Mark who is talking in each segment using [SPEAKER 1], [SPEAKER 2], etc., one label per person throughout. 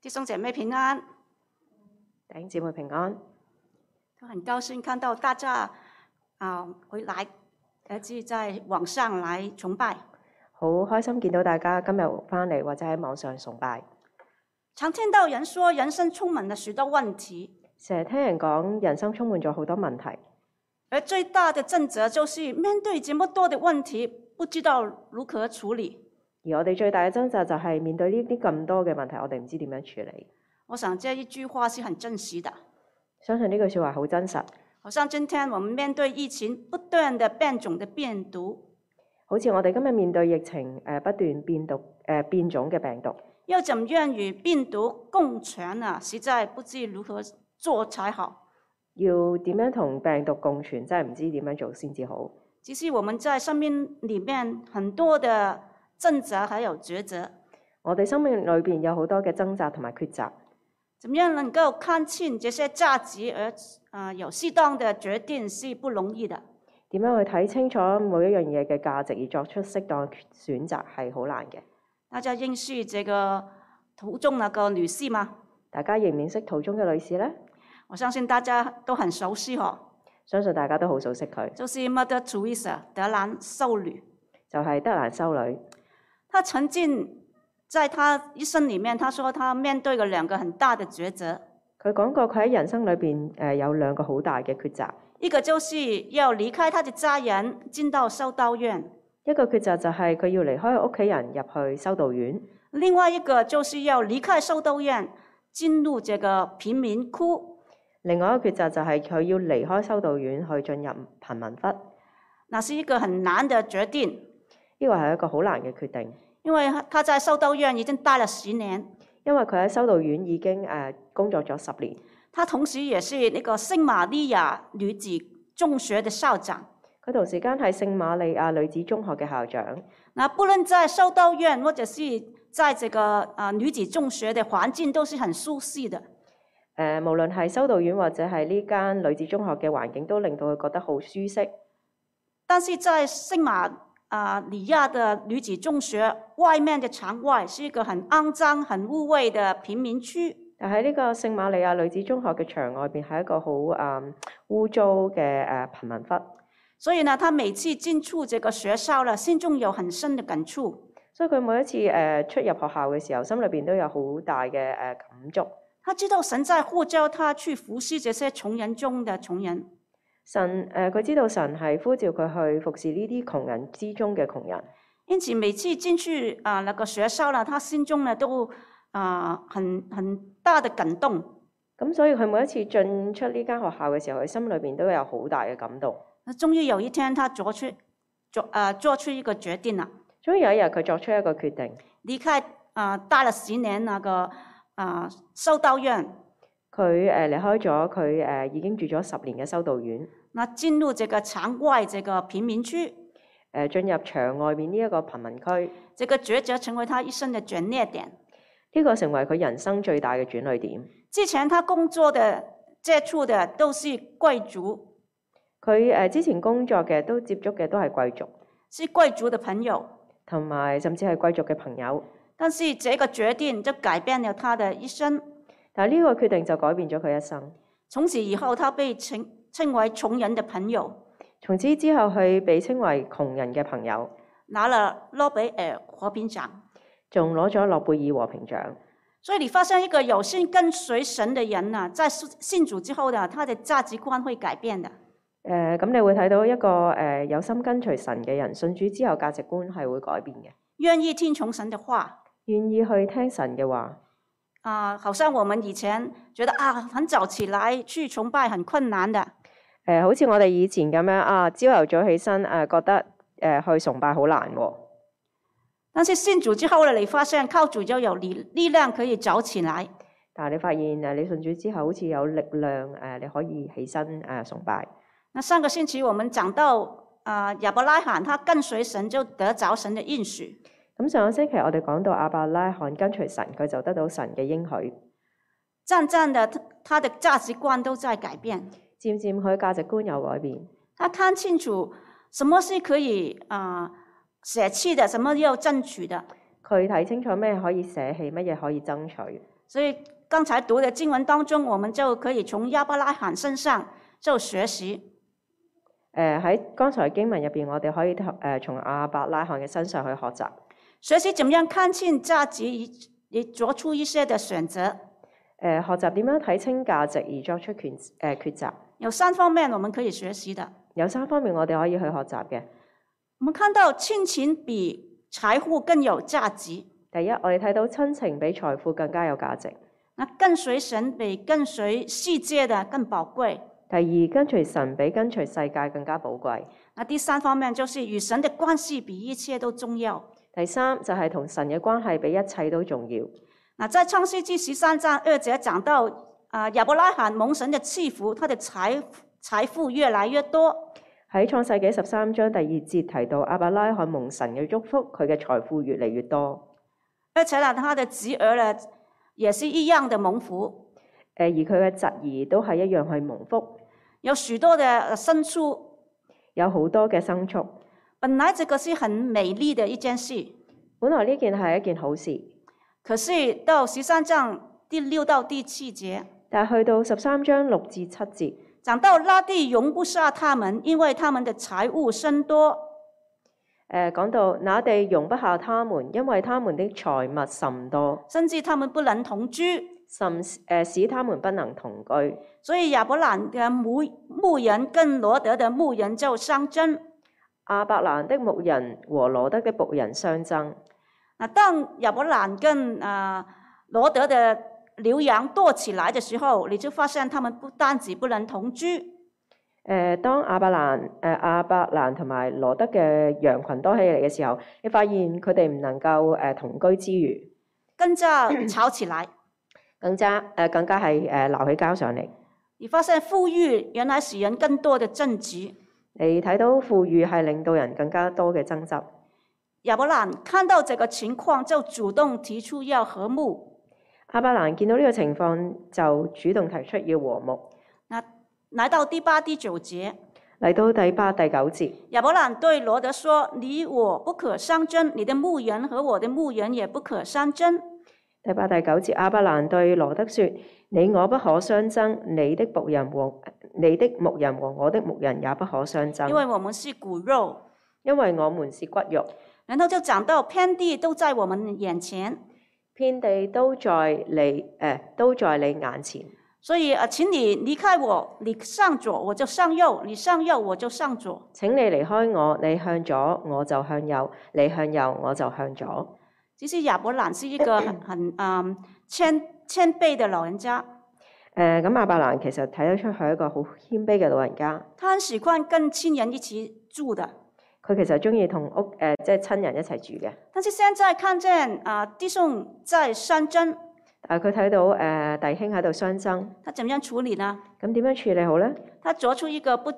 [SPEAKER 1] 弟兄姐妹平安，
[SPEAKER 2] 弟兄姊妹平安，
[SPEAKER 1] 都很高兴看到大家啊、回来，而且在网上来崇拜。
[SPEAKER 2] 好開心見到大家今日翻嚟或者喺網上崇拜。
[SPEAKER 1] 常听到人说人生充满了许多问题，
[SPEAKER 2] 成日聽人講人生充滿咗好多問題，
[SPEAKER 1] 而最大的症结就是面对这么多的问题，不知道如何处理。
[SPEAKER 2] 而我哋最大嘅掙扎就係面對呢啲咁多嘅問題，我哋唔知點樣處理。
[SPEAKER 1] 我想这一句话是很真实的。
[SPEAKER 2] 相信呢句説話好真實，
[SPEAKER 1] 好像今天我们面对疫情不断的变种的病毒，
[SPEAKER 2] 好似我哋今日面對疫情誒、呃不斷變毒誒、呃、變種嘅病毒，
[SPEAKER 1] 要怎样与病毒共存啊？实在不知如何做才好。
[SPEAKER 2] 要點樣同病毒共存，真係唔知點樣做先至好。
[SPEAKER 1] 其实我们在生命里面很多的挣扎还有抉择，
[SPEAKER 2] 我哋生命裏邊有好多嘅掙扎同埋抉擇，
[SPEAKER 1] 怎么样能够看清这些价值而啊、呃有适当的决定是不容易的。
[SPEAKER 2] 點樣去睇清楚每一樣嘢嘅價值而作出適當嘅選擇係好難嘅。
[SPEAKER 1] 大家认识这个途中那个女士吗？
[SPEAKER 2] 大家認唔認識途中嘅女士呢？
[SPEAKER 1] 我相信大家都很熟悉哦，
[SPEAKER 2] 相信大家都好熟悉佢，
[SPEAKER 1] 就是 Mother Teresa 德兰修女，
[SPEAKER 2] 就係、德蘭修女。
[SPEAKER 1] 她曾经在她一生里面，她说她面对了两个很大的抉择，
[SPEAKER 2] 佢講過佢喺人生裏邊誒有兩個好大嘅抉擇，
[SPEAKER 1] 一个就是要离开她的家人，进到修道院。
[SPEAKER 2] 一個抉擇就係佢要離開屋企人入去修道院，
[SPEAKER 1] 另外一个就是要离开修道院，进入这个贫民窟。
[SPEAKER 2] 另外一個抉擇就係佢要離開修道院去進入貧民窟。
[SPEAKER 1] 那是一个很难的决定，
[SPEAKER 2] 呢個係一個好難嘅決定，
[SPEAKER 1] 因为他在修道院已经待了十年，
[SPEAKER 2] 因為佢喺修道院已經誒工作咗十年，
[SPEAKER 1] 他同时也是那个圣玛利亚女子中学的校长。
[SPEAKER 2] 佢同時間係聖瑪利亞女子中學嘅校長。
[SPEAKER 1] 那不论在修道院或者是在这个啊、呃女子中学的环境，都是很舒适的。
[SPEAKER 2] 誒、無論係修道院或者係呢間女子中學嘅環境，都令到佢覺得好舒適。
[SPEAKER 1] 但是在圣玛啊里亚的女子中学外面的墙外是一个很肮脏、很污秽的贫民区。
[SPEAKER 2] 但喺呢個聖瑪利亞女子中學嘅牆外邊係一個好誒污糟嘅誒貧民窟，
[SPEAKER 1] 所以呢，他每次进出这个学校了，心中有很深的感触。
[SPEAKER 2] 所以佢每一次誒、呃出入學校嘅時候，心裏邊都有好大嘅誒、呃感觸。
[SPEAKER 1] 他知道神在呼召他去服侍这些穷人中的穷人，
[SPEAKER 2] 神誒呃佢、知道神係呼召佢去服侍呢啲窮人之中嘅窮人，
[SPEAKER 1] 因此每次进去啊、那个学校了，他心中呢都啊、很很大的感动。
[SPEAKER 2] 咁所以佢每一次進出呢間學校嘅時候，佢心裏邊都有好大嘅感動。
[SPEAKER 1] 那终于有一天，他做出做啊、做出一个决定了，
[SPEAKER 2] 終於有一日佢作出一個決定，
[SPEAKER 1] 离开啊、待了十年那个啊、修道院，
[SPEAKER 2] 佢誒、呃、離開咗佢誒已經住咗十年嘅修道院，誒、
[SPEAKER 1] 那进入这个墙外这个贫民区，
[SPEAKER 2] 呃、進入牆外面呢一個貧民區。
[SPEAKER 1] 这个抉择成为他一生的转捩点。
[SPEAKER 2] 呢個成為佢人生最大嘅轉捩點。
[SPEAKER 1] 之前他工作的接触的都是贵族，
[SPEAKER 2] 佢誒之前工作嘅都接觸嘅都係貴族，
[SPEAKER 1] 是贵族的朋友，
[SPEAKER 2] 同埋甚至係貴族嘅朋友。
[SPEAKER 1] 但是这个决定就改变了他的一生。
[SPEAKER 2] 但係呢個決定就改變咗佢一生。
[SPEAKER 1] 从此以后，他被称称为穷人的朋友，
[SPEAKER 2] 從此之後，佢被稱為窮人嘅朋友，
[SPEAKER 1] 拿了诺贝尔和平奖。
[SPEAKER 2] 仲攞咗諾貝爾和平獎。
[SPEAKER 1] 所以你发现一个有心跟随神的人呢、在信信主之后呢，他的价值观会改变的。
[SPEAKER 2] 誒、呃咁你會睇到一個誒、呃有心跟隨神嘅人，信主之後價值觀係會改變嘅，
[SPEAKER 1] 愿意听从神的话
[SPEAKER 2] 願意去聽神嘅話。
[SPEAKER 1] 啊、好像我们以前觉得啊，很早起来去崇拜很困难的，
[SPEAKER 2] 誒、呃好似我哋以前咁樣啊，朝頭早起身誒、呃，覺得誒、呃去崇拜好難喎、
[SPEAKER 1] 但是信主之后呢，你发现靠主就有力力量可以走起来。
[SPEAKER 2] 但係你發現誒，你信主之後好似有力量誒、你可以起身誒、崇拜。
[SPEAKER 1] 那上个星期我们讲到啊、亚伯拉罕他跟随神就得着神的应许，
[SPEAKER 2] 咁上個星期我哋講到阿伯拉罕跟隨神，佢就得到神嘅應許，
[SPEAKER 1] 渐渐的他他的价值观都在改变，
[SPEAKER 2] 漸漸佢價值觀有改變，
[SPEAKER 1] 他看清楚什么是可以啊、舍弃的，什么要争取的。
[SPEAKER 2] 佢睇清楚咩可以捨棄，乜嘢可以爭取。
[SPEAKER 1] 所以刚才读的经文当中，我们就可以从亚伯拉罕身上就学习。
[SPEAKER 2] 誒喺剛才經文入邊，我哋可以誒從亞伯拉罕嘅身上去學習，
[SPEAKER 1] 学习怎样看清价值，以以做出一些的选择。
[SPEAKER 2] 呃誒學習點樣睇清價值而作出權誒抉擇。
[SPEAKER 1] 有三方面我们可以学习的。
[SPEAKER 2] 有三方面我哋可以去學習嘅。
[SPEAKER 1] 我们看到亲情比财富更有价值，
[SPEAKER 2] 第一，我哋睇到親情比財富更加有價值。
[SPEAKER 1] 那跟随神比跟随世界的更宝贵。
[SPEAKER 2] 第二，跟隨神比跟隨世界更加寶貴。
[SPEAKER 1] 那第三方面就是与神的关系比一切都重要。
[SPEAKER 2] 第三就係、同神嘅關係比一切都重要。
[SPEAKER 1] 那在创世纪十三章二节讲到，啊、亚伯拉罕蒙神的赐福，他的财财富越来越多。
[SPEAKER 2] 喺創世紀十三章第二節提到阿伯拉罕蒙神嘅祝福，佢嘅財富越嚟越多。
[SPEAKER 1] 而且呢，他的侄儿呢也是一样的蒙福，
[SPEAKER 2] 誒呃而佢嘅侄兒都係一樣去蒙福，
[SPEAKER 1] 有许多的呃牲畜。
[SPEAKER 2] 有好多嘅牲畜。
[SPEAKER 1] 本来这个是很美丽的一件事，
[SPEAKER 2] 本來呢件係一件好事，
[SPEAKER 1] 可是到十三章第六到第七节
[SPEAKER 2] 但係去到十三章六至七節，
[SPEAKER 1] 讲到拉蒂容不下他们，因为他们的财物增多。
[SPEAKER 2] 誒呃講到那地容不下他們，因為他們的財物甚多，
[SPEAKER 1] 甚至他们不能同居，
[SPEAKER 2] 甚誒使他們不能同居。
[SPEAKER 1] 所以亚伯兰的牧牧人跟罗德的牧人就相争。
[SPEAKER 2] 亞伯蘭的牧人和羅德的仆人相爭。
[SPEAKER 1] 那当亚伯兰跟啊、呃罗德的牛羊多起来的时候，你就发现他们不单止不能同居，
[SPEAKER 2] 誒、呃當亞伯蘭誒、亞伯蘭同埋羅德嘅羊群多起嚟嘅時候，你發現佢哋唔能夠誒、呃同居之餘，
[SPEAKER 1] 跟着吵起来。
[SPEAKER 2] 更加誒、更加係誒鬧起交上嚟。
[SPEAKER 1] 你发现富裕原来使人更多的争执。
[SPEAKER 2] 你睇到富裕係令到人更加多嘅爭執。
[SPEAKER 1] 亚伯兰看到这个情况，就主动提出要和睦。
[SPEAKER 2] 亞伯蘭見到呢個情況，就主動提出要和睦。
[SPEAKER 1] 那来到第八、第九节，
[SPEAKER 2] 嚟到第八、第九節，
[SPEAKER 1] 亚伯兰对罗德说：“你我不可相争，你的牧人和我的牧人也不可相争。”
[SPEAKER 2] 第八、第九節，亞伯蘭對羅德說：你我不可相爭，你的仆人和你的牧人和我的牧人也不可相爭，
[SPEAKER 1] 因为我们是骨肉。
[SPEAKER 2] 因為我們是骨肉。
[SPEAKER 1] 然后就讲到遍地都在我们眼前，
[SPEAKER 2] 遍地都在你誒、都在你眼前。
[SPEAKER 1] 所以啊，请你离开我，你上左我就上右，你上右我就上左。
[SPEAKER 2] 請你離開我，你向左我就向右，你向右我就向左。
[SPEAKER 1] 其实亚伯兰是一个很很嗯谦谦卑的老人家，
[SPEAKER 2] 誒呃咁亞伯蘭其實睇得出佢係一個好謙卑嘅老人家，
[SPEAKER 1] 他很喜欢跟亲人一起住的。
[SPEAKER 2] 佢其實中意同屋誒、呃即係親人一齊住嘅。
[SPEAKER 1] 但是现在看见啊、弟兄在山争，
[SPEAKER 2] 但係佢睇到誒、弟兄喺度相爭，
[SPEAKER 1] 他怎样处理呢？
[SPEAKER 2] 咁點樣處理好呢？
[SPEAKER 1] 他做出一个不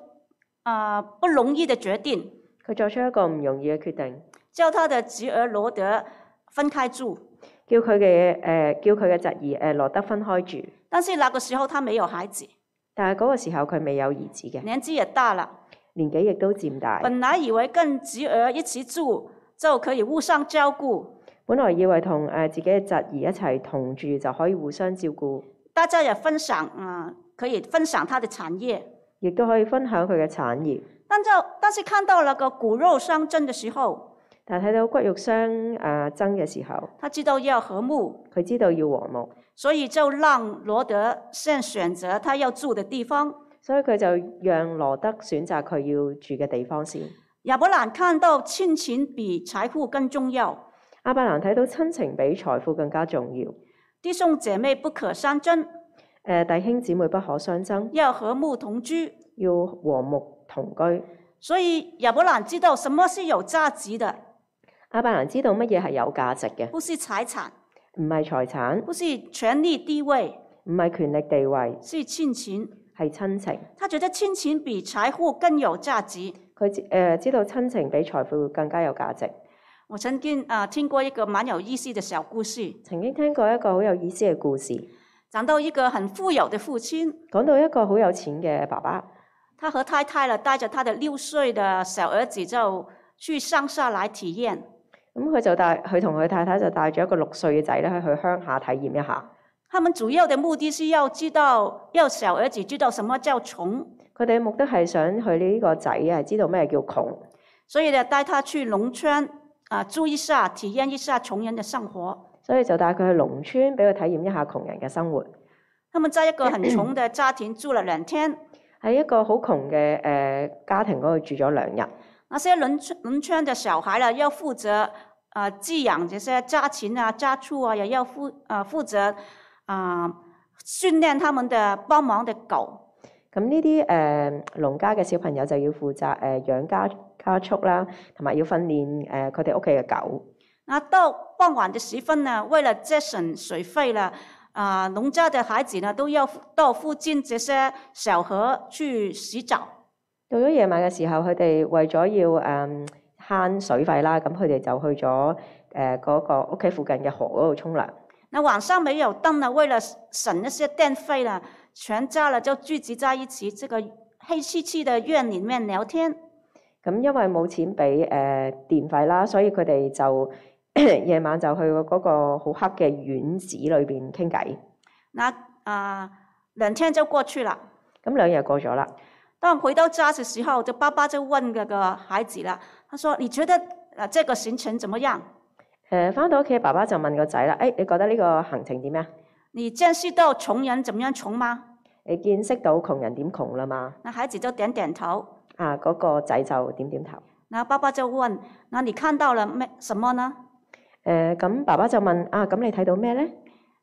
[SPEAKER 1] 啊、不容易的决定，
[SPEAKER 2] 佢作出一個唔容易嘅決定，
[SPEAKER 1] 叫他的侄儿罗德分开住。
[SPEAKER 2] 叫佢嘅誒叫佢嘅侄兒誒、羅德分開住。
[SPEAKER 1] 但是那个时候他没有孩子，
[SPEAKER 2] 但係嗰個時候佢未有兒子嘅，
[SPEAKER 1] 年纪也大了。
[SPEAKER 2] 年紀亦都漸大。
[SPEAKER 1] 本来以为跟侄儿一起住就可以互相照顾，
[SPEAKER 2] 本來以為同誒自己嘅侄兒一齊同住就可以互相照顧，
[SPEAKER 1] 大家也分享啊、可以分享他的产业。
[SPEAKER 2] 亦都可以分享佢嘅產業。
[SPEAKER 1] 但就但是看到那个骨肉相争的时候，
[SPEAKER 2] 但睇到骨肉相誒爭嘅時候，
[SPEAKER 1] 他知道要和睦，
[SPEAKER 2] 佢知道要和睦，
[SPEAKER 1] 所以就让罗德先选择他要住的地方。
[SPEAKER 2] 所以佢就讓羅德選擇佢要住嘅地方先。
[SPEAKER 1] 亚伯兰看到亲情比财富更重要，
[SPEAKER 2] 阿伯蘭睇到親情比財富更加重要，誒、呃
[SPEAKER 1] 弟兄姐妹不可相争，
[SPEAKER 2] 弟兄姊妹不可相爭，
[SPEAKER 1] 要和睦同居。
[SPEAKER 2] 要和睦同居。
[SPEAKER 1] 所以亚伯兰知道什么是有价值的，
[SPEAKER 2] 阿伯蘭知道乜嘢係有價值嘅，
[SPEAKER 1] 不是财产，
[SPEAKER 2] 唔係財產，
[SPEAKER 1] 不是权力地位，
[SPEAKER 2] 唔係權力地位，
[SPEAKER 1] 是亲情。
[SPEAKER 2] 係親情。
[SPEAKER 1] 他觉得亲情比财富更有价值。
[SPEAKER 2] 佢知誒知道親情比財富更加有價值。
[SPEAKER 1] 我曾经啊、听过一个蛮有意思的小故事，
[SPEAKER 2] 曾經聽過一個好有意思嘅故事，
[SPEAKER 1] 讲到一个很富有的父亲，
[SPEAKER 2] 講到一個好有錢嘅爸爸，
[SPEAKER 1] 他和太太呢带着他的六岁的小儿子就去乡下来体验。
[SPEAKER 2] 咁佢就帶佢同佢太太就帶咗一個六歲嘅仔咧去鄉下體驗一下。
[SPEAKER 1] 他们主要的目的是要知道，要小儿子知道什么叫穷，
[SPEAKER 2] 佢哋嘅目的係想佢呢個仔啊係知道咩叫窮，
[SPEAKER 1] 所以呢，带他去农村啊、住一下，体验一下穷人的生活。
[SPEAKER 2] 所以就帶佢去農村，俾佢體驗一下窮人嘅生活。
[SPEAKER 1] 他们在一个很穷的家庭住了两天，
[SPEAKER 2] 喺一個好窮嘅誒、呃家庭嗰度住咗兩日，
[SPEAKER 1] 那些农村农村的小孩呢，要负责啊寄养这些家禽啊、家畜啊，也要负啊负责啊、训练他们的帮忙的狗。
[SPEAKER 2] 咁呢啲誒農家嘅小朋友就要負責誒、呃、養家家畜啦，同埋要訓練誒佢哋屋企嘅狗。
[SPEAKER 1] 那到傍晚的时分呢，为了节省水费呢，啊、农家的孩子呢都要到附近这些小河去洗澡。
[SPEAKER 2] 到咗夜晚嘅時候，佢哋為咗要誒慳、水費啦，咁佢哋就去咗誒嗰個屋企附近嘅河嗰度沖涼。
[SPEAKER 1] 那晚上没有灯呢，为了省那些电费呢，全家呢就聚集在一起，这个黑漆漆的院里面聊天。
[SPEAKER 2] 咁因為冇錢俾誒、呃、電費啦，所以佢哋就 夜晚就去嗰個好黑嘅院子裏邊傾偈。
[SPEAKER 1] 那啊、两天就过去了。
[SPEAKER 2] 咁兩日過咗啦，
[SPEAKER 1] 当回到家的时候，这爸爸就问这个孩子了，他说：“你觉得呃这个行程怎么样？
[SPEAKER 2] 誒翻呃到屋企，爸爸就問個仔啦：，誒、哎你覺得呢個行程點呀？啊
[SPEAKER 1] 你见识到穷人怎么样穷吗
[SPEAKER 2] 你見識到窮人點窮啦嘛？？”
[SPEAKER 1] 那孩子就点点头。
[SPEAKER 2] 啊，嗰、個仔就點點頭。
[SPEAKER 1] 那爸爸就问：“那你看到了咩什么呢
[SPEAKER 2] 誒、咁爸爸就問：啊，咁你睇到咩咧？？”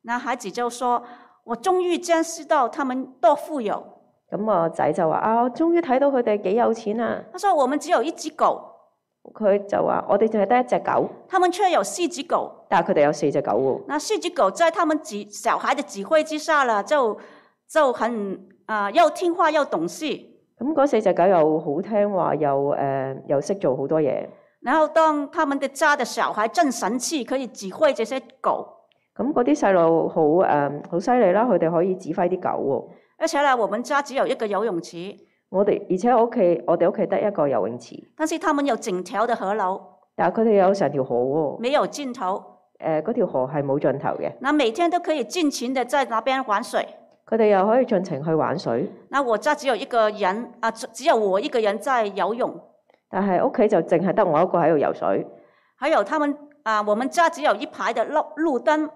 [SPEAKER 1] 那孩子就说：“我终于见识到他们多富有。
[SPEAKER 2] 咁個仔就話：啊，我終於睇到佢哋幾有錢啊！”
[SPEAKER 1] 他说：“我们只有一只狗，
[SPEAKER 2] 佢就話：我哋淨係得一隻狗，
[SPEAKER 1] 他们却有四只狗。
[SPEAKER 2] 但係佢哋有四隻狗喎。
[SPEAKER 1] 那四只狗在他们指小孩的指挥之下了，就就很啊、又听话又懂事。”
[SPEAKER 2] 咁嗰四隻狗又好聽話，又誒、又識做好多嘢。
[SPEAKER 1] 然后当他们的家的小孩正神气，可以指挥这些狗，
[SPEAKER 2] 咁嗰啲細路好誒好犀利啦，佢哋可以指揮啲狗喎。
[SPEAKER 1] 而且呢，我们家只有一个游泳池，
[SPEAKER 2] 我哋而且我屋企我哋屋企得一個游泳池，
[SPEAKER 1] 但是他们有整条的河流，
[SPEAKER 2] 但係佢哋有成條河喎。
[SPEAKER 1] 没有尽头。
[SPEAKER 2] 誒嗰條河係冇盡頭嘅，
[SPEAKER 1] 那每天都可以尽情的在那边玩水。
[SPEAKER 2] 佢哋又可以盡情去玩水，
[SPEAKER 1] 那我家只有一个人啊，只只有我一个人在游泳，
[SPEAKER 2] 但係屋企就淨係得我一個喺度游水。
[SPEAKER 1] 还有他们啊，我们家只有一排的路路灯，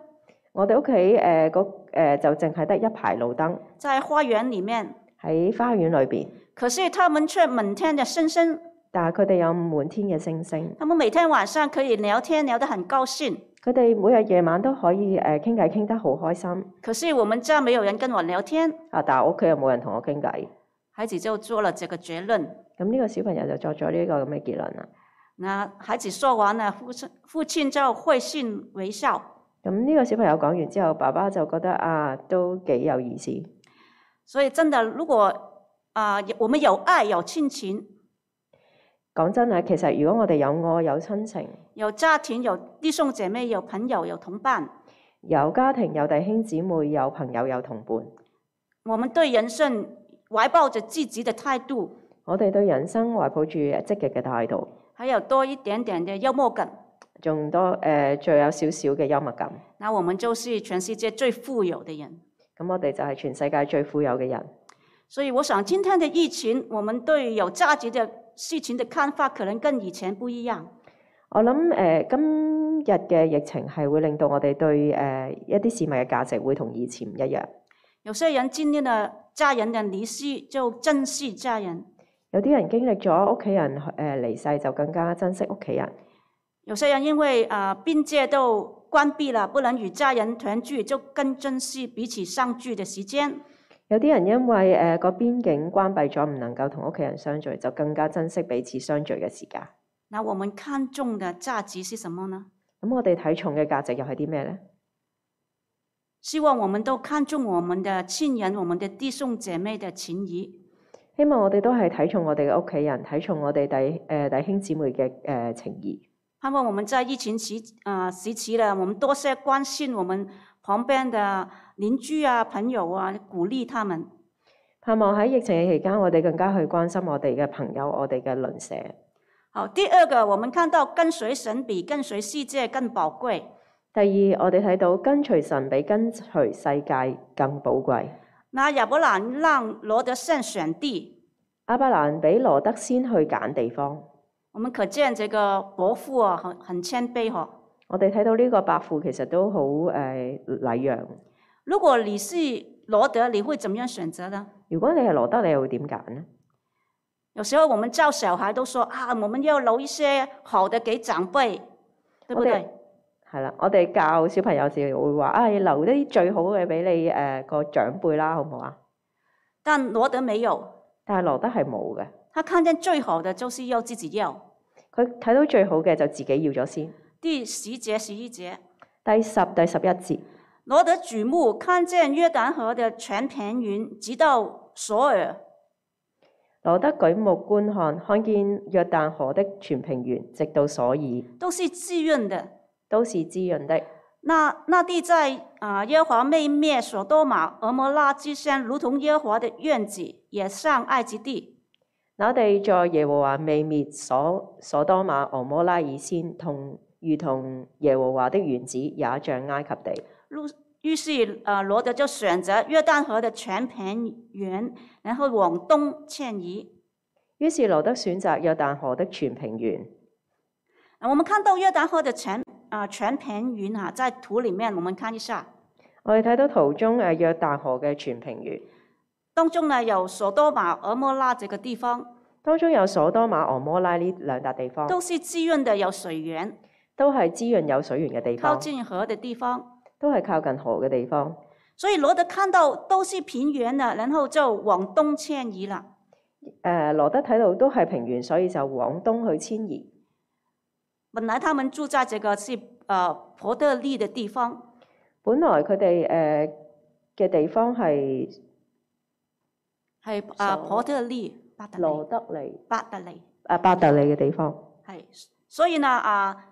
[SPEAKER 2] 我哋屋企誒嗰誒就淨係得一排路燈
[SPEAKER 1] 在花园里面，
[SPEAKER 2] 喺花園裏邊，
[SPEAKER 1] 可是他们却满天的星星，
[SPEAKER 2] 但係佢哋有滿天嘅星星。
[SPEAKER 1] 他们每天晚上可以聊天，聊得很高兴。
[SPEAKER 2] 佢哋每日夜晚都可以誒傾偈傾得好開心
[SPEAKER 1] 可是我们家没有人跟我聊天。
[SPEAKER 2] 啊！但係我屋企又冇人同我傾偈，
[SPEAKER 1] 孩子就做了这个结论。
[SPEAKER 2] 咁呢個小朋友就作咗呢個咁嘅結論啦。
[SPEAKER 1] 那孩子说完了，父亲父亲就会心微笑。
[SPEAKER 2] 咁呢個小朋友講完之後，爸爸就覺得啊，都幾有意思。
[SPEAKER 1] 所以真的，如果啊、我们有爱、有亲情、
[SPEAKER 2] 講真啊，其實如果我哋有愛、有親情、
[SPEAKER 1] 有家庭、有弟兄姐妹、有朋友、有同伴，
[SPEAKER 2] 有家庭、有弟兄姊妹、有朋友、有同伴，
[SPEAKER 1] 我们对人生怀抱着积极的态度，
[SPEAKER 2] 我哋對人生懷抱住呃積極嘅態度，
[SPEAKER 1] 还有多一点点的幽默感，
[SPEAKER 2] 仲多誒，仲、有少少嘅幽默感。
[SPEAKER 1] 那我们就是全世界最富有的人。
[SPEAKER 2] 咁我哋就係全世界最富有嘅人。
[SPEAKER 1] 所以，我想今天的疫情，我们对有价值的事情的看法可能跟以前不一样。
[SPEAKER 2] 我諗誒、呃今日嘅疫情係會令到我哋對誒、呃一啲事物嘅價值會同以前唔一樣。
[SPEAKER 1] 有些人经历了家人的离世，就珍惜家人；
[SPEAKER 2] 有啲人經歷咗屋企人誒、呃、離世，就更加珍惜屋企人。
[SPEAKER 1] 有些人因为啊、呃边界都关闭了，不能与家人团聚，就更珍惜彼此相聚的时间。
[SPEAKER 2] 有啲人因為誒個、邊境關閉咗，唔能夠同屋企人相聚，就更加珍惜彼此相聚嘅時間。
[SPEAKER 1] 那我们看重的价值是什么呢？
[SPEAKER 2] 咁我哋睇重嘅價值又係啲咩呢？
[SPEAKER 1] 希望我们都看重我们的亲人、我们的弟兄姐妹的情谊。
[SPEAKER 2] 希望我哋都係睇重我哋嘅屋企人，睇重我哋弟誒、呃弟兄姊妹嘅誒、呃情義。
[SPEAKER 1] 盼望我们在疫情时啊、呃时期呢，我们多些关心我们旁边的邻居啊、朋友啊，鼓励他们。
[SPEAKER 2] 盼望喺疫情嘅期間，我哋更加去關心我哋嘅朋友、我哋嘅鄰舍。
[SPEAKER 1] 好，第二个，我们看到跟随神比跟随世界更宝贵。
[SPEAKER 2] 第二，我哋睇到跟隨神比跟隨世界更寶貴。
[SPEAKER 1] 那亚伯兰让罗德胜选地，
[SPEAKER 2] 阿伯蘭比羅德先去揀地方。
[SPEAKER 1] 我们可见这个伯父啊，很很谦卑哈、
[SPEAKER 2] 我哋睇到呢個伯父其實都好誒禮讓。
[SPEAKER 1] 如果你是罗德，你会怎么样选择呢？
[SPEAKER 2] 如果你係羅德，你又會點揀呢？
[SPEAKER 1] 有时候我们教小孩都说啊，我们要留一些好的给长辈，对不
[SPEAKER 2] 我
[SPEAKER 1] 对
[SPEAKER 2] 哋？係啦，我哋教小朋友時會話：，啊，你留啲最好嘅俾你誒個、長輩啦，好唔好啊？
[SPEAKER 1] 但罗德没有，
[SPEAKER 2] 但係羅德係冇嘅，
[SPEAKER 1] 他看见最好的就是要自己要。
[SPEAKER 2] 佢睇到最好嘅就自己要咗先。
[SPEAKER 1] 第十节、十一节，
[SPEAKER 2] 第十、第十一節，
[SPEAKER 1] 罗德举目看见约旦河的全平原，直到索尔。
[SPEAKER 2] 羅德舉目觀看，看見約旦河的全平原，直到所以，
[SPEAKER 1] 都是自愿的。
[SPEAKER 2] 都是滋潤的。
[SPEAKER 1] 那那地在啊、耶和华妹灭所多玛、俄摩拉之山，如同耶和华的院子，也上埃及地。
[SPEAKER 2] 那地在耶和華未滅所所多瑪、俄摩拉以先，同如同耶和華的原子，也像埃及地。
[SPEAKER 1] 路于是啊、罗德就选择约旦河的全平原，然后往东迁移。
[SPEAKER 2] 於是羅德選擇約旦河的全平原。
[SPEAKER 1] 啊我们看到约旦河的全啊、全平原啊，在图里面我们看一下，
[SPEAKER 2] 我哋睇到圖中誒約旦河嘅全平原，
[SPEAKER 1] 当中呢有所多玛、俄摩拉这个地方，
[SPEAKER 2] 當中有所多瑪、俄摩拉呢兩笪地方，
[SPEAKER 1] 都是滋润的，有水源，
[SPEAKER 2] 都係滋潤有水源嘅地
[SPEAKER 1] 靠
[SPEAKER 2] 方，
[SPEAKER 1] 近河的地方。
[SPEAKER 2] 都係靠近河嘅地方。
[SPEAKER 1] 所以罗德看到都是平原了，然后就往东迁移了。
[SPEAKER 2] 誒、羅呃德睇到都係平原，所以就往東去遷移。
[SPEAKER 1] 本来他们住在这个是呃伯特利的地方，
[SPEAKER 2] 本來佢哋誒嘅地方係
[SPEAKER 1] 系啊
[SPEAKER 2] 所
[SPEAKER 1] 伯特利巴特
[SPEAKER 2] 羅
[SPEAKER 1] 利
[SPEAKER 2] 德利
[SPEAKER 1] 巴特利
[SPEAKER 2] 啊伯特利嘅地方。
[SPEAKER 1] 系，所以呢啊，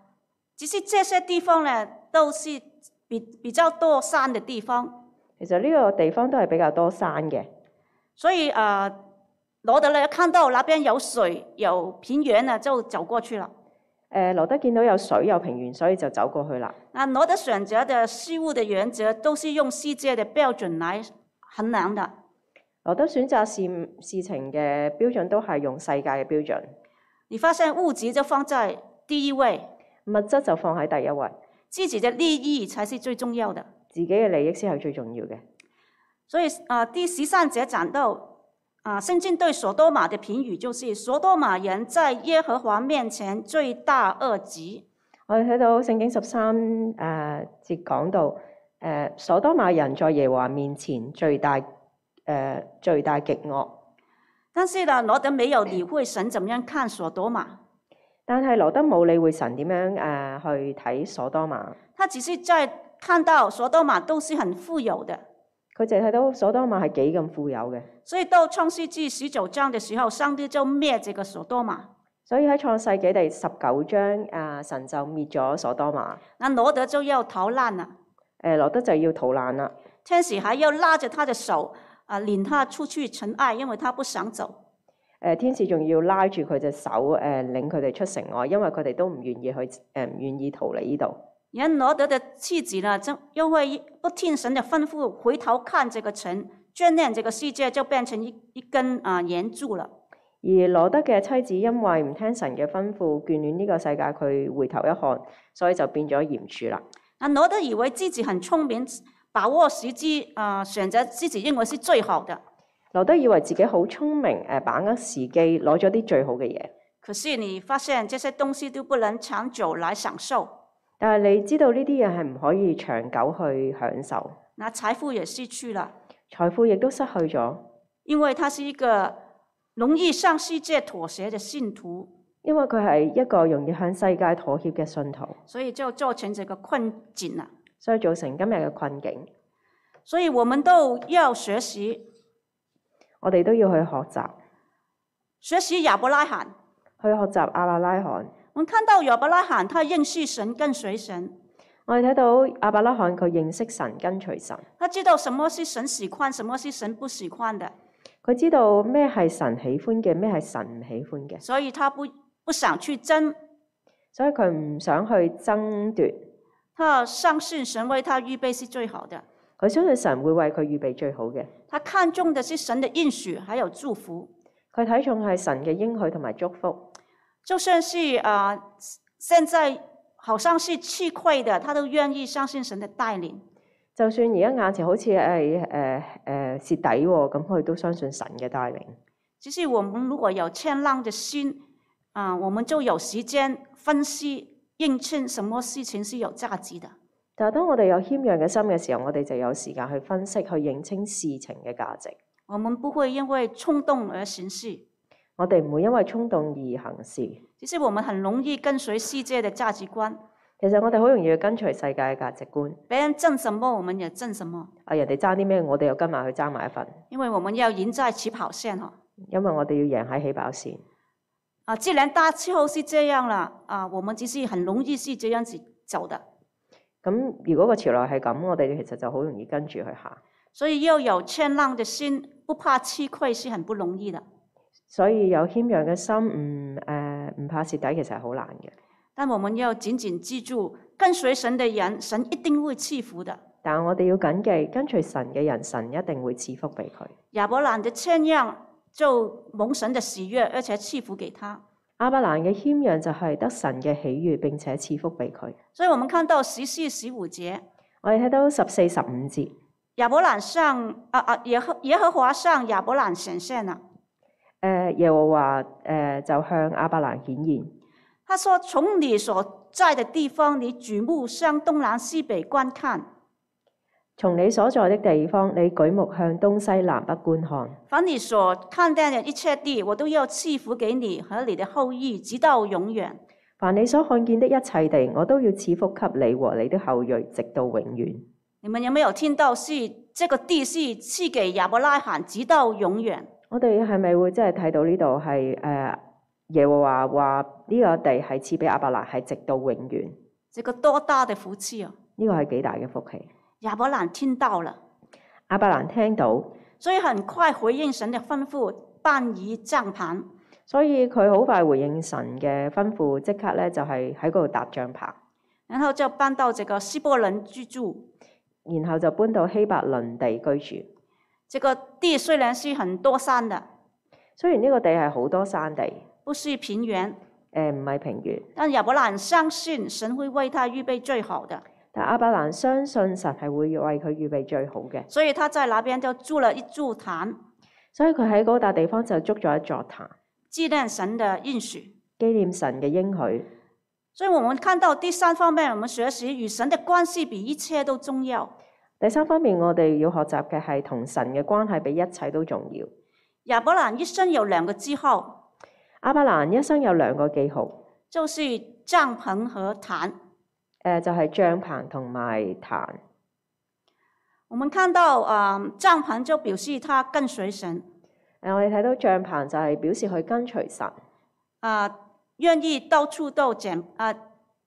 [SPEAKER 1] 只是这些地方呢都是比比較多山的地方，
[SPEAKER 2] 其實呢個地方都係比較多山嘅，
[SPEAKER 1] 所以啊罗德呢看到那边有水有平原呢，就走过去了。
[SPEAKER 2] 誒呃羅德見到有水有平原，所以就走過去啦。
[SPEAKER 1] 那罗德选择的事物的原则都是用世界的标准来衡量的。
[SPEAKER 2] 羅德選擇事事情嘅標準都係用世界嘅標準，
[SPEAKER 1] 你发现物质就放在第一位，
[SPEAKER 2] 物質就放喺第一位，
[SPEAKER 1] 自己的利益才是最重要的。
[SPEAKER 2] 自己嘅利益先係最重要嘅。
[SPEAKER 1] 所以啊、呃第十三节讲到啊、圣经对索多玛的评语就是：索多玛人在耶和华面前罪大恶极。
[SPEAKER 2] 我哋睇到聖經十三誒節講到誒、所多瑪人在耶和華面前最大誒、呃最大極惡，
[SPEAKER 1] 但是呢，罗德没有理会神怎么样看索多玛，
[SPEAKER 2] 但係羅德冇理會神點樣誒、呃去睇所多瑪，
[SPEAKER 1] 他只是在看到索多玛都是很富有的。
[SPEAKER 2] 佢就睇到所多瑪係幾咁富有嘅。
[SPEAKER 1] 所以到创世纪十九章的时候，上帝就灭这个索多玛。
[SPEAKER 2] 所以喺創世紀第十九章，啊神就滅咗所多瑪，
[SPEAKER 1] 那罗德就要逃难了。
[SPEAKER 2] 誒羅德就要逃難啦。
[SPEAKER 1] 天使还要拉着他的手啊，领他出去尘埃，因为他不想走。
[SPEAKER 2] 誒呃天使仲要拉住佢隻手，誒領佢哋出城外，因為佢哋都唔願意去，誒唔願意逃離呢度。
[SPEAKER 1] 然后罗德的妻子呢，就因为不听神的吩咐，回头看这个城，眷恋这个世界，就变成一一根啊岩柱了。
[SPEAKER 2] 而羅德嘅妻子因為唔聽神嘅吩咐，眷戀呢個世界，佢回頭一看，所以就變咗鹽柱啦。
[SPEAKER 1] 那罗德以为自己很聪明，把握时机啊、选择自己认为是最好的。
[SPEAKER 2] 羅德以為自己好聰明，誒把握時機，攞咗啲最好嘅嘢。
[SPEAKER 1] 可是你发现这些东西都不能长久来享受，
[SPEAKER 2] 但係你知道呢啲嘢係唔可以長久去享受，
[SPEAKER 1] 那财富也失去了，
[SPEAKER 2] 財富亦都失去咗。
[SPEAKER 1] 因为他是一个容易向世界妥协的信徒。
[SPEAKER 2] 因為佢係一個容易向世界妥協嘅信徒，
[SPEAKER 1] 所以就造成这个困境了。
[SPEAKER 2] 所以造成今日嘅困境。
[SPEAKER 1] 所以我们都要学习，
[SPEAKER 2] 我哋都要去學習，
[SPEAKER 1] 学习亚伯拉罕。
[SPEAKER 2] 去學習阿伯拉罕。
[SPEAKER 1] 我们看到亚伯拉罕他认识神，跟随神，
[SPEAKER 2] 我哋睇到阿伯拉罕佢認識神，跟隨神，
[SPEAKER 1] 他知道什么是神喜欢，什么是神不喜欢的，
[SPEAKER 2] 佢知道咩係神喜歡嘅，咩係神唔喜歡嘅，
[SPEAKER 1] 所以他不不想去争，
[SPEAKER 2] 所以佢唔想去爭奪，
[SPEAKER 1] 他相信神为他预备是最好的，
[SPEAKER 2] 佢相信神會為佢預備最好嘅。
[SPEAKER 1] 他看重的是神的应许还有祝福。
[SPEAKER 2] 佢睇重係神嘅應許同埋祝福。
[SPEAKER 1] 就算是啊、呃现在好像是吃亏的，他都愿意相信神的带领。
[SPEAKER 2] 就算而家眼前好似係誒誒蝕底喎，咁佢都相信神嘅帶領。
[SPEAKER 1] 只是我们如果有谦让的心，啊、我们就有时间分析验证什么事情是有价值的。
[SPEAKER 2] 但係當我哋有謙讓嘅心嘅時候，我哋就有時間去分析、去認清事情嘅價值。
[SPEAKER 1] 我们不会因为冲动而行事，
[SPEAKER 2] 我哋唔會因為衝動而行事。
[SPEAKER 1] 其实我们很容易跟随世界的价值观，
[SPEAKER 2] 其實我哋好容易去跟隨世界嘅價值觀。
[SPEAKER 1] 别人挣什么我们也挣什么，
[SPEAKER 2] 啊，人哋爭啲咩，我哋又跟埋去爭埋一份，
[SPEAKER 1] 因为我们要赢在起跑线哈。
[SPEAKER 2] 因為我哋要贏喺起跑線。
[SPEAKER 1] 啊，既然大气候是这样了，啊，我们只是很容易是這樣子走的，
[SPEAKER 2] 咁如果個潮流係咁，我哋其實就好容易跟住去行。
[SPEAKER 1] 所以要有谦让的心，不怕吃亏是很不容易的。
[SPEAKER 2] 所以有謙讓嘅心，唔誒唔怕蝕底，其實係好難嘅。
[SPEAKER 1] 但我们要紧紧记住，跟随神的人，神一定会赐福的。
[SPEAKER 2] 但我哋要謹記，跟隨神嘅人，神一定會賜福俾佢。
[SPEAKER 1] 亚伯兰的谦让就蒙神的喜悦，而且赐福给他。
[SPEAKER 2] 阿伯蘭嘅謙讓就係得神嘅喜悦，並且賜福俾佢。
[SPEAKER 1] 所以我们看到十四、十五节，
[SPEAKER 2] 我哋睇到十四、十五節，
[SPEAKER 1] 亚伯兰上啊啊耶和耶和华上亚伯兰显现啊了。
[SPEAKER 2] 誒呃耶和華誒、就向阿伯蘭顯現，
[SPEAKER 1] 他说：“从你所在的地方，你举目向东南西北观看，
[SPEAKER 2] 從你所在的地方，你舉目向東西南北觀看。
[SPEAKER 1] 凡你所看见的一切地，我都要赐福给你和你的后裔，直到永远。
[SPEAKER 2] 凡你所看見的一切地，我都要賜福給你和你的後裔，直到永遠。
[SPEAKER 1] 你们有没有听到是？这个地是赐给亚伯拉罕，直到永远。
[SPEAKER 2] 我哋係咪會真係睇到呢度係誒耶和華話呢個地係賜俾阿伯蘭，係直到永遠？
[SPEAKER 1] 这个多大的福气啊！
[SPEAKER 2] 呢個係幾大嘅福氣。
[SPEAKER 1] 亚伯兰听到了，
[SPEAKER 2] 阿伯蘭聽到，
[SPEAKER 1] 所以很快回应神的吩咐，搬移帐篷。
[SPEAKER 2] 所以佢好快回應神嘅吩咐，即刻咧就係喺嗰度搭帳棚，
[SPEAKER 1] 然后就搬到这个希伯伦居住。
[SPEAKER 2] 然後就搬到希伯倫地居住。
[SPEAKER 1] 这个地虽然是很多山的，
[SPEAKER 2] 雖然呢個地係好多山地，
[SPEAKER 1] 不是平原，
[SPEAKER 2] 誒唔係平原，
[SPEAKER 1] 但亚伯兰相信神会为他预备最好的，
[SPEAKER 2] 但阿伯蘭相信神係會為佢預備最好嘅，
[SPEAKER 1] 所以他在那边就住了一座坛，
[SPEAKER 2] 所以佢喺嗰笪地方就築咗一座壇，
[SPEAKER 1] 纪念神的应许。
[SPEAKER 2] 紀念神嘅應許。
[SPEAKER 1] 所以我们看到第三方面，我们学习与神的关系比一切都重要。
[SPEAKER 2] 第三方面，我哋要學習嘅係同神嘅關係比一切都重要。
[SPEAKER 1] 亚伯兰一生有两个记号，
[SPEAKER 2] 阿伯蘭一生有兩個記號，誒、
[SPEAKER 1] 就是帐篷和坛。
[SPEAKER 2] 呃就係、帳棚同埋壇。
[SPEAKER 1] 我们看到，呃，帐篷就表示他跟随神，
[SPEAKER 2] 誒，呃我哋睇到帳棚就係表示佢跟隨神，
[SPEAKER 1] 啊、愿意到处都简啊、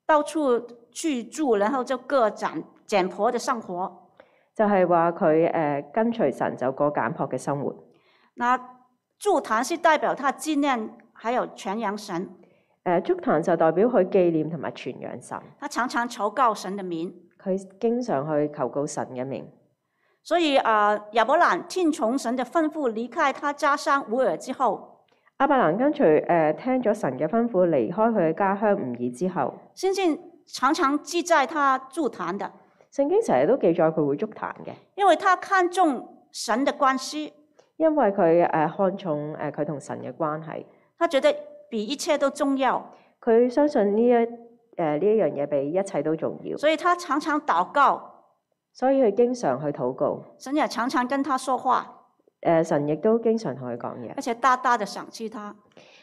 [SPEAKER 1] 到處去住，然後就過簡簡朴的生活。
[SPEAKER 2] 就係話佢誒跟隨神就過簡樸嘅生活。誒、
[SPEAKER 1] 那祝坛是代表他紀念，還有傳揚神。
[SPEAKER 2] 呃祝壇就代表佢紀念同埋傳揚神，
[SPEAKER 1] 他常常求告神的名，
[SPEAKER 2] 佢經常去求告神嘅名。
[SPEAKER 1] 所以啊，呃亞伯蘭聽從神的吩咐，離開他家鄉烏爾之後，
[SPEAKER 2] 阿伯蘭跟隨誒、呃聽咗神嘅吩咐，離開佢嘅家鄉吾爾之後，
[SPEAKER 1] 聖經常常記載他祝坛的，
[SPEAKER 2] 聖經成日都記載佢會築壇嘅，
[SPEAKER 1] 因為他看重神的關係，
[SPEAKER 2] 因為佢誒、呃看重誒佢同神嘅關係。
[SPEAKER 1] 他覺得比一切都重要。
[SPEAKER 2] 佢相信呢一誒呢一樣嘢比一切都重要，
[SPEAKER 1] 所以他常常祷告，
[SPEAKER 2] 所以佢經常去禱告。
[SPEAKER 1] 神也常常跟他说话，
[SPEAKER 2] 誒、神亦都經常同佢講嘢
[SPEAKER 1] 而，且大大的赏赐他。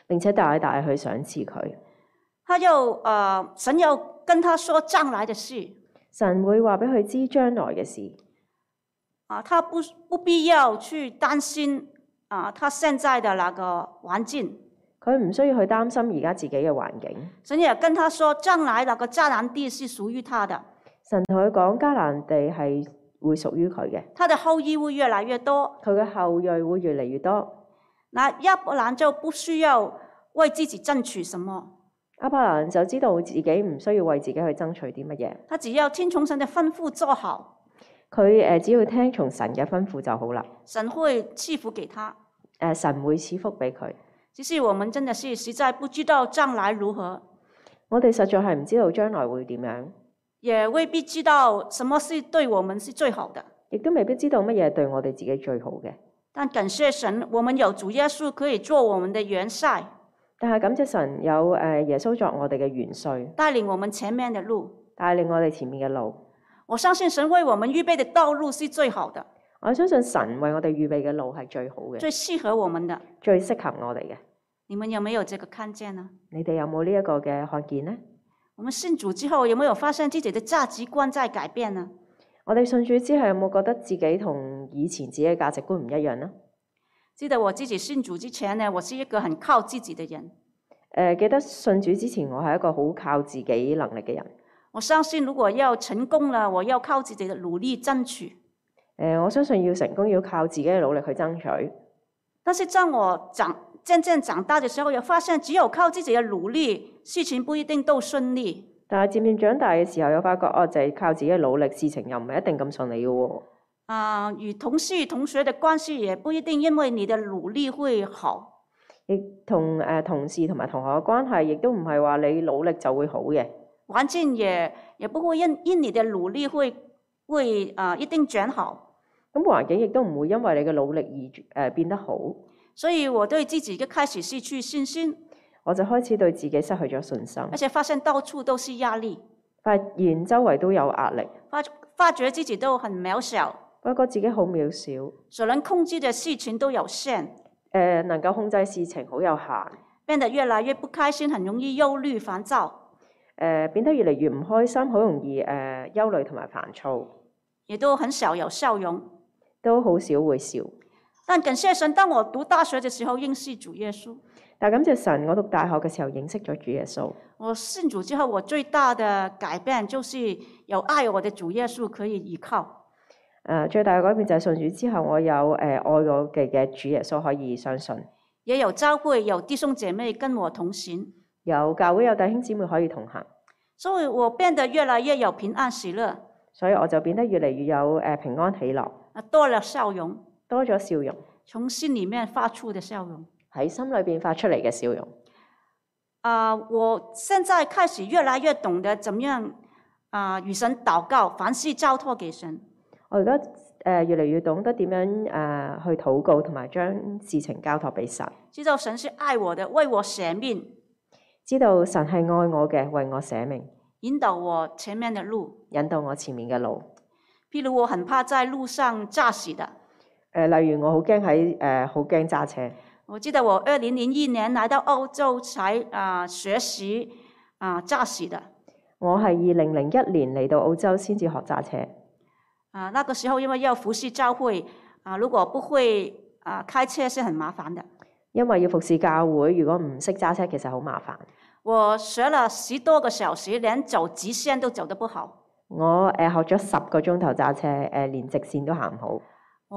[SPEAKER 2] 並且大大去賞賜佢。
[SPEAKER 1] 他又呃，神又跟他说将来的事
[SPEAKER 2] 神會話俾佢知將來嘅事，
[SPEAKER 1] 啊，他不不必要去担心啊，他现在的那个环境。
[SPEAKER 2] 佢唔需要去擔心而家自己嘅環境。
[SPEAKER 1] 神也跟他说，将来那个迦南地是属于他的，
[SPEAKER 2] 神同佢講迦南地係會屬於佢嘅，
[SPEAKER 1] 他的后裔会越来越多。
[SPEAKER 2] 佢嘅後裔會越嚟越多。
[SPEAKER 1] 那亚伯兰就不需要为自己争取什么，
[SPEAKER 2] 阿伯蘭就知道自己唔需要為自己去爭取啲乜嘢，
[SPEAKER 1] 他只要听从神的吩咐做好，
[SPEAKER 2] 佢誒只要聽從神嘅吩咐就好啦。
[SPEAKER 1] 神会赐福给他。
[SPEAKER 2] 誒神會賜福俾佢。
[SPEAKER 1] 只是我们真的是实在不知道将来如何，
[SPEAKER 2] 我哋實在係唔知道將來會點樣，
[SPEAKER 1] 也未必知道什么是对我们是最好的。
[SPEAKER 2] 亦都未必知道乜嘢對我哋自己最好嘅。
[SPEAKER 1] 但感谢神，我们有主耶稣可以做我们的元帅，
[SPEAKER 2] 但係感謝神有誒耶穌作我哋嘅元帥，
[SPEAKER 1] 带领我们前面的路。
[SPEAKER 2] 帶領我哋前面嘅路。
[SPEAKER 1] 我相信神为我们预备的道路是最好的，
[SPEAKER 2] 我相信神為我哋預備嘅路係最好嘅，
[SPEAKER 1] 最适合我们的。
[SPEAKER 2] 最適合我哋嘅。
[SPEAKER 1] 你们有没有这个看见呢？
[SPEAKER 2] 你哋有冇呢一個嘅看見呢？
[SPEAKER 1] 我们信主之后，有没有发现自己的价值观在改变呢？
[SPEAKER 2] 我哋信主之後有冇覺得自己同以前自己嘅價值觀唔一樣呢？
[SPEAKER 1] 记得我自己信主之前呢，我是一个很靠自己的人。
[SPEAKER 2] 誒、記呃得信主之前，我係一個好靠自己能力嘅人。誒、
[SPEAKER 1] 我相信，如果要成功了，我要靠自己的努力争取。
[SPEAKER 2] 呃我相信要成功要靠自己嘅努力去爭取。
[SPEAKER 1] 但是，当我长渐渐长大的时候，也发现只有靠自己的努力，事情不一定都顺利。
[SPEAKER 2] 但係漸漸長大嘅時候，又發覺哦，就係、靠自己嘅努力，事情又唔係一定咁順利嘅喎。
[SPEAKER 1] 啊、与同事、同学的关系也不一定因为你的努力会好。
[SPEAKER 2] 亦同誒、呃同事同埋同學嘅關係，亦都唔係話你努力就會好嘅。
[SPEAKER 1] 环境也也不会因因你的努力会会啊、一定转好。
[SPEAKER 2] 咁環境亦都唔會因為你嘅努力而誒、變得好。
[SPEAKER 1] 所以我对自己一开始失去信心，
[SPEAKER 2] 我就開始對自己失去咗信心，
[SPEAKER 1] 而且发现到处都是压力，
[SPEAKER 2] 發現周圍都有壓力，
[SPEAKER 1] 发发觉自己都很渺小，
[SPEAKER 2] 發覺自己好渺小，誒、
[SPEAKER 1] 所能控制的事情都有限，
[SPEAKER 2] 能夠控制事情好有限，誒、
[SPEAKER 1] 变得越来越不开心，很容易忧虑、烦躁，
[SPEAKER 2] 變呃得越嚟越唔開心，好容易誒、憂慮同埋煩躁，
[SPEAKER 1] 也都很少有笑容。
[SPEAKER 2] 都好少會笑。
[SPEAKER 1] 但感谢神，当我读大学的时候认识主耶稣，
[SPEAKER 2] 但感謝神，我讀大學嘅時候認識咗主耶穌。
[SPEAKER 1] 我信主之后，我最大的改變就是有愛我的主耶穌可以依靠。
[SPEAKER 2] 誒、呃最大嘅改變就係信主之後，我有誒、愛我嘅嘅主耶穌可以相信，
[SPEAKER 1] 也有教會有弟兄姐妹跟我同行，
[SPEAKER 2] 有教會有弟兄姊妹可以同行，
[SPEAKER 1] 所以我變得越來越有平安喜樂，
[SPEAKER 2] 所以我就變得越嚟越有誒、平安喜樂，
[SPEAKER 1] 啊，多了笑容，
[SPEAKER 2] 多咗笑容
[SPEAKER 1] 從心裡面發出的笑容。
[SPEAKER 2] 喺心裏邊發出嚟嘅笑容。
[SPEAKER 1] 啊、我現在開始越來越懂得怎麼樣啊、與神禱告，凡事交託給神。
[SPEAKER 2] 我而家誒越嚟越懂得點樣誒、呃去禱告，同埋將事情交託俾神，
[SPEAKER 1] 知道神是愛我的，為我捨命，
[SPEAKER 2] 知道神係愛我嘅，為我捨命，
[SPEAKER 1] 引導我前面的路。
[SPEAKER 2] 引導我前面嘅路。
[SPEAKER 1] 譬如我很怕在路上駕駛的，
[SPEAKER 2] 誒、呃例如我好驚喺誒好驚揸車。
[SPEAKER 1] 我记得我二零零一年来到欧洲才啊、学习啊、驾驶的
[SPEAKER 2] 我係二零零一年嚟到澳洲先至學揸車。
[SPEAKER 1] 啊、那个时候因为要服侍教会啊、如果不会啊、开车是很麻烦的。
[SPEAKER 2] 因為要服侍教會，如果唔識揸車，其實好麻煩。
[SPEAKER 1] 我学了十多个小时，连走直线都走得不好，
[SPEAKER 2] 我誒、呃、學咗十個鐘頭揸車，誒、呃、連直線都行唔好。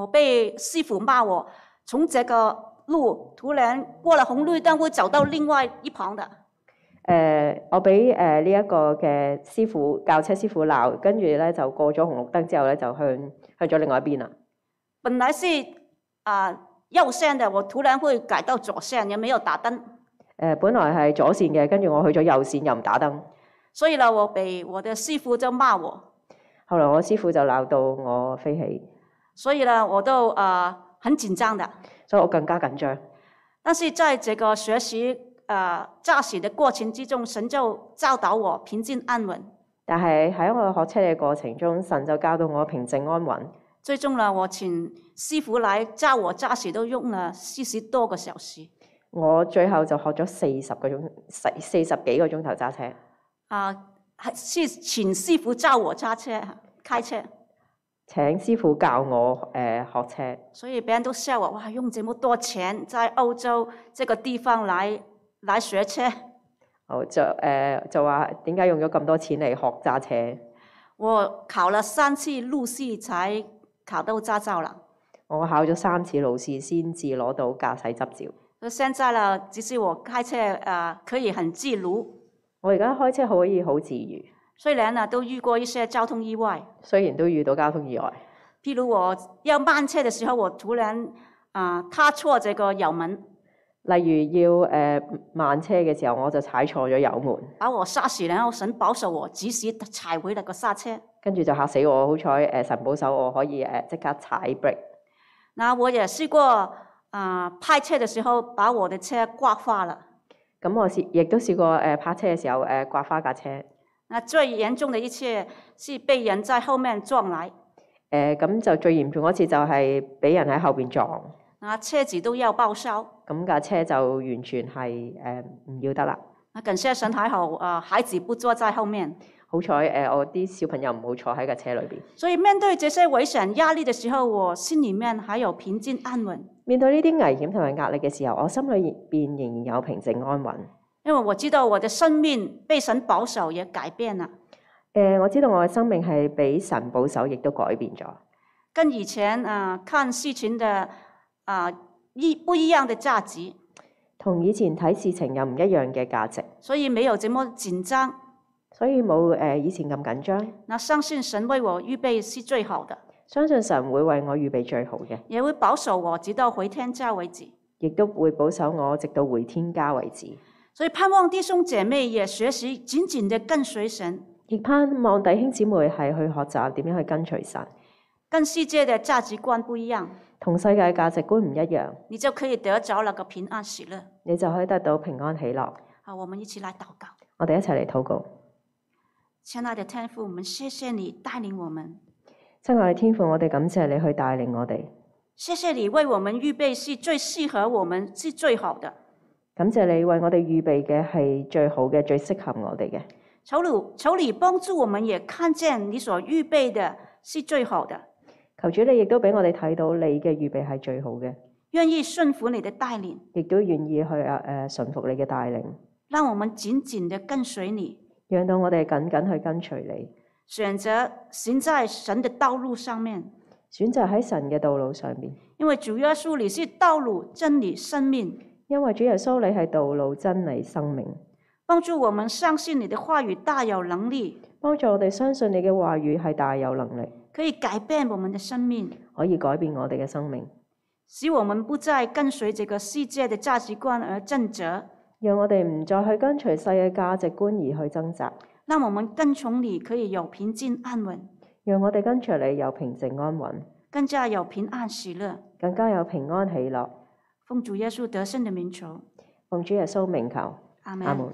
[SPEAKER 1] 我被师傅骂我从这个路突然过了红绿灯会走到另外一旁的。
[SPEAKER 2] 誒、呃我俾誒呢一個嘅師傅教車師傅鬧，跟住咧就過咗紅綠燈之後咧，就向向咗另外一邊啦。
[SPEAKER 1] 本来是啊、右线的，我突然会改到左线，也没有打灯。
[SPEAKER 2] 誒、呃本來係左線嘅，跟住我去咗右線又唔打燈，
[SPEAKER 1] 所以呢，我被我的师傅就骂我，
[SPEAKER 2] 後來我師傅就鬧到我飛起，
[SPEAKER 1] 所以呢，我都呃很紧张的。
[SPEAKER 2] 所以我更加緊張。
[SPEAKER 1] 但是在这个学习呃驾驶的过程之中，神就教导我平静安稳。
[SPEAKER 2] 但係喺我學車嘅過程中，神就教到我平靜安穩。
[SPEAKER 1] 最终呢，我请师傅来教我驾驶，都用了四十多个小时。
[SPEAKER 2] 我最後就學咗四十個鐘，四四十幾個鐘頭揸車。
[SPEAKER 1] 啊、还是请师傅教我揸车、开车。
[SPEAKER 2] 請師傅教我誒、呃、學車，
[SPEAKER 1] 所以别人都笑我，哇，用这么多钱在欧洲这个地方来来学车。
[SPEAKER 2] 我就誒、呃就話點解用咗咁多錢嚟學揸車？
[SPEAKER 1] 我考了三次路试才考到驾照了。
[SPEAKER 2] 我考咗三次路試先至攞到駕駛執照。
[SPEAKER 1] 所以现在呢，只是我开车啊、呃可以很自如。
[SPEAKER 2] 我而家開車可以好自如，
[SPEAKER 1] 虽然啊都遇过一些交通意外，
[SPEAKER 2] 雖然都遇到交通意外。
[SPEAKER 1] 譬如我要慢车的时候，我突然啊踏错这个油门，
[SPEAKER 2] 例如要誒、呃慢車嘅時候，我就踩錯咗油門，
[SPEAKER 1] 把我杀死，然后神保守我，及时踩回那个刹车。
[SPEAKER 2] 跟住就嚇死我。好彩誒神保守我可以誒即、刻踩 brake。
[SPEAKER 1] 那我也试过啊、拍车的时候把我的车刮花了。
[SPEAKER 2] 咁我試亦都試過誒、呃泊車嘅時候誒、呃刮花架車，誒、
[SPEAKER 1] 那最严重的一次是被人在后面撞来，
[SPEAKER 2] 呃咁就最嚴重嗰次就係俾人喺後邊撞，
[SPEAKER 1] 那车子都要报销。
[SPEAKER 2] 咁架車就完全係誒唔要得啦。
[SPEAKER 1] 那感谢神还好啊、孩子不坐在后面。
[SPEAKER 2] 好彩誒、呃我啲小朋友唔好坐喺架車裏邊。
[SPEAKER 1] 所以面对这些危险压力的时候，我心里面还有平静安稳，
[SPEAKER 2] 面對呢啲危險同埋壓力嘅時候，我心裏邊仍然有平靜安穩。誒、
[SPEAKER 1] 因为我知道我的生命被神保守也改变了，
[SPEAKER 2] 呃我知道我嘅生命係俾神保守，亦都改變咗。
[SPEAKER 1] 跟以前啊、看事情的啊、一不一样的价值，
[SPEAKER 2] 同以前睇事情有唔一樣嘅價值，
[SPEAKER 1] 所以没有这么紧张。
[SPEAKER 2] 所以冇誒、呃以前咁緊張。
[SPEAKER 1] 那相信神为我预备是最好的，
[SPEAKER 2] 相信神會為我預備最好嘅，
[SPEAKER 1] 也会保守我直到回天家为止。
[SPEAKER 2] 亦都會保守我直到回天家為止。
[SPEAKER 1] 所以盼望弟兄姐妹也学习紧紧的跟随神，
[SPEAKER 2] 亦盼望弟兄姊妹係去學習點樣去跟隨神，
[SPEAKER 1] 跟世界的价值观不一样，
[SPEAKER 2] 同世界價值觀唔一樣，
[SPEAKER 1] 你就可以得着那个平安喜乐。
[SPEAKER 2] 你就可以得到平安喜樂。
[SPEAKER 1] 好，我们一起来祷告。
[SPEAKER 2] 我哋一齊嚟禱告，
[SPEAKER 1] 亲爱的天父，我们谢谢你带领我们，
[SPEAKER 2] 親愛嘅天父，我哋感謝你去帶領我哋。
[SPEAKER 1] 谢谢你为我们预备是最适合我们是最好的。
[SPEAKER 2] 感謝你為我哋預備嘅係最好嘅、最適合我哋嘅。
[SPEAKER 1] 求你求你帮助我们也看见你所预备的是最好的，
[SPEAKER 2] 求主你亦都俾我哋睇到你嘅預備係最好嘅，
[SPEAKER 1] 愿意顺服你的带领，
[SPEAKER 2] 亦都願意去誒順服你嘅帶領，
[SPEAKER 1] 让我们紧紧的跟随你，
[SPEAKER 2] 讓到我哋緊緊去跟隨你，
[SPEAKER 1] 选择行在神的道路上面。
[SPEAKER 2] 選擇喺神嘅道路上面。
[SPEAKER 1] 因为主耶稣你是道路、真理、生命，
[SPEAKER 2] 因為主耶穌你係道路、真理、生命，
[SPEAKER 1] 帮助我们相信你的话语大有能力，
[SPEAKER 2] 幫助我哋相信你嘅話語係大有能力，
[SPEAKER 1] 可以改变我们的生命。
[SPEAKER 2] 可以改變我哋嘅生命，
[SPEAKER 1] 使我们不再跟随这个世界的价值观而挣扎，
[SPEAKER 2] 讓我哋唔再去跟隨世嘅價值觀而去掙扎，
[SPEAKER 1] 让我们跟从你可以有平静安稳，
[SPEAKER 2] 讓我哋跟隨你有平靜安穩，
[SPEAKER 1] 更加有平安喜乐。
[SPEAKER 2] 更加有平安喜樂。
[SPEAKER 1] 奉主耶稣得胜的名求，
[SPEAKER 2] 奉主耶穌名求，
[SPEAKER 1] 阿
[SPEAKER 2] 阿
[SPEAKER 1] 门。
[SPEAKER 2] 門。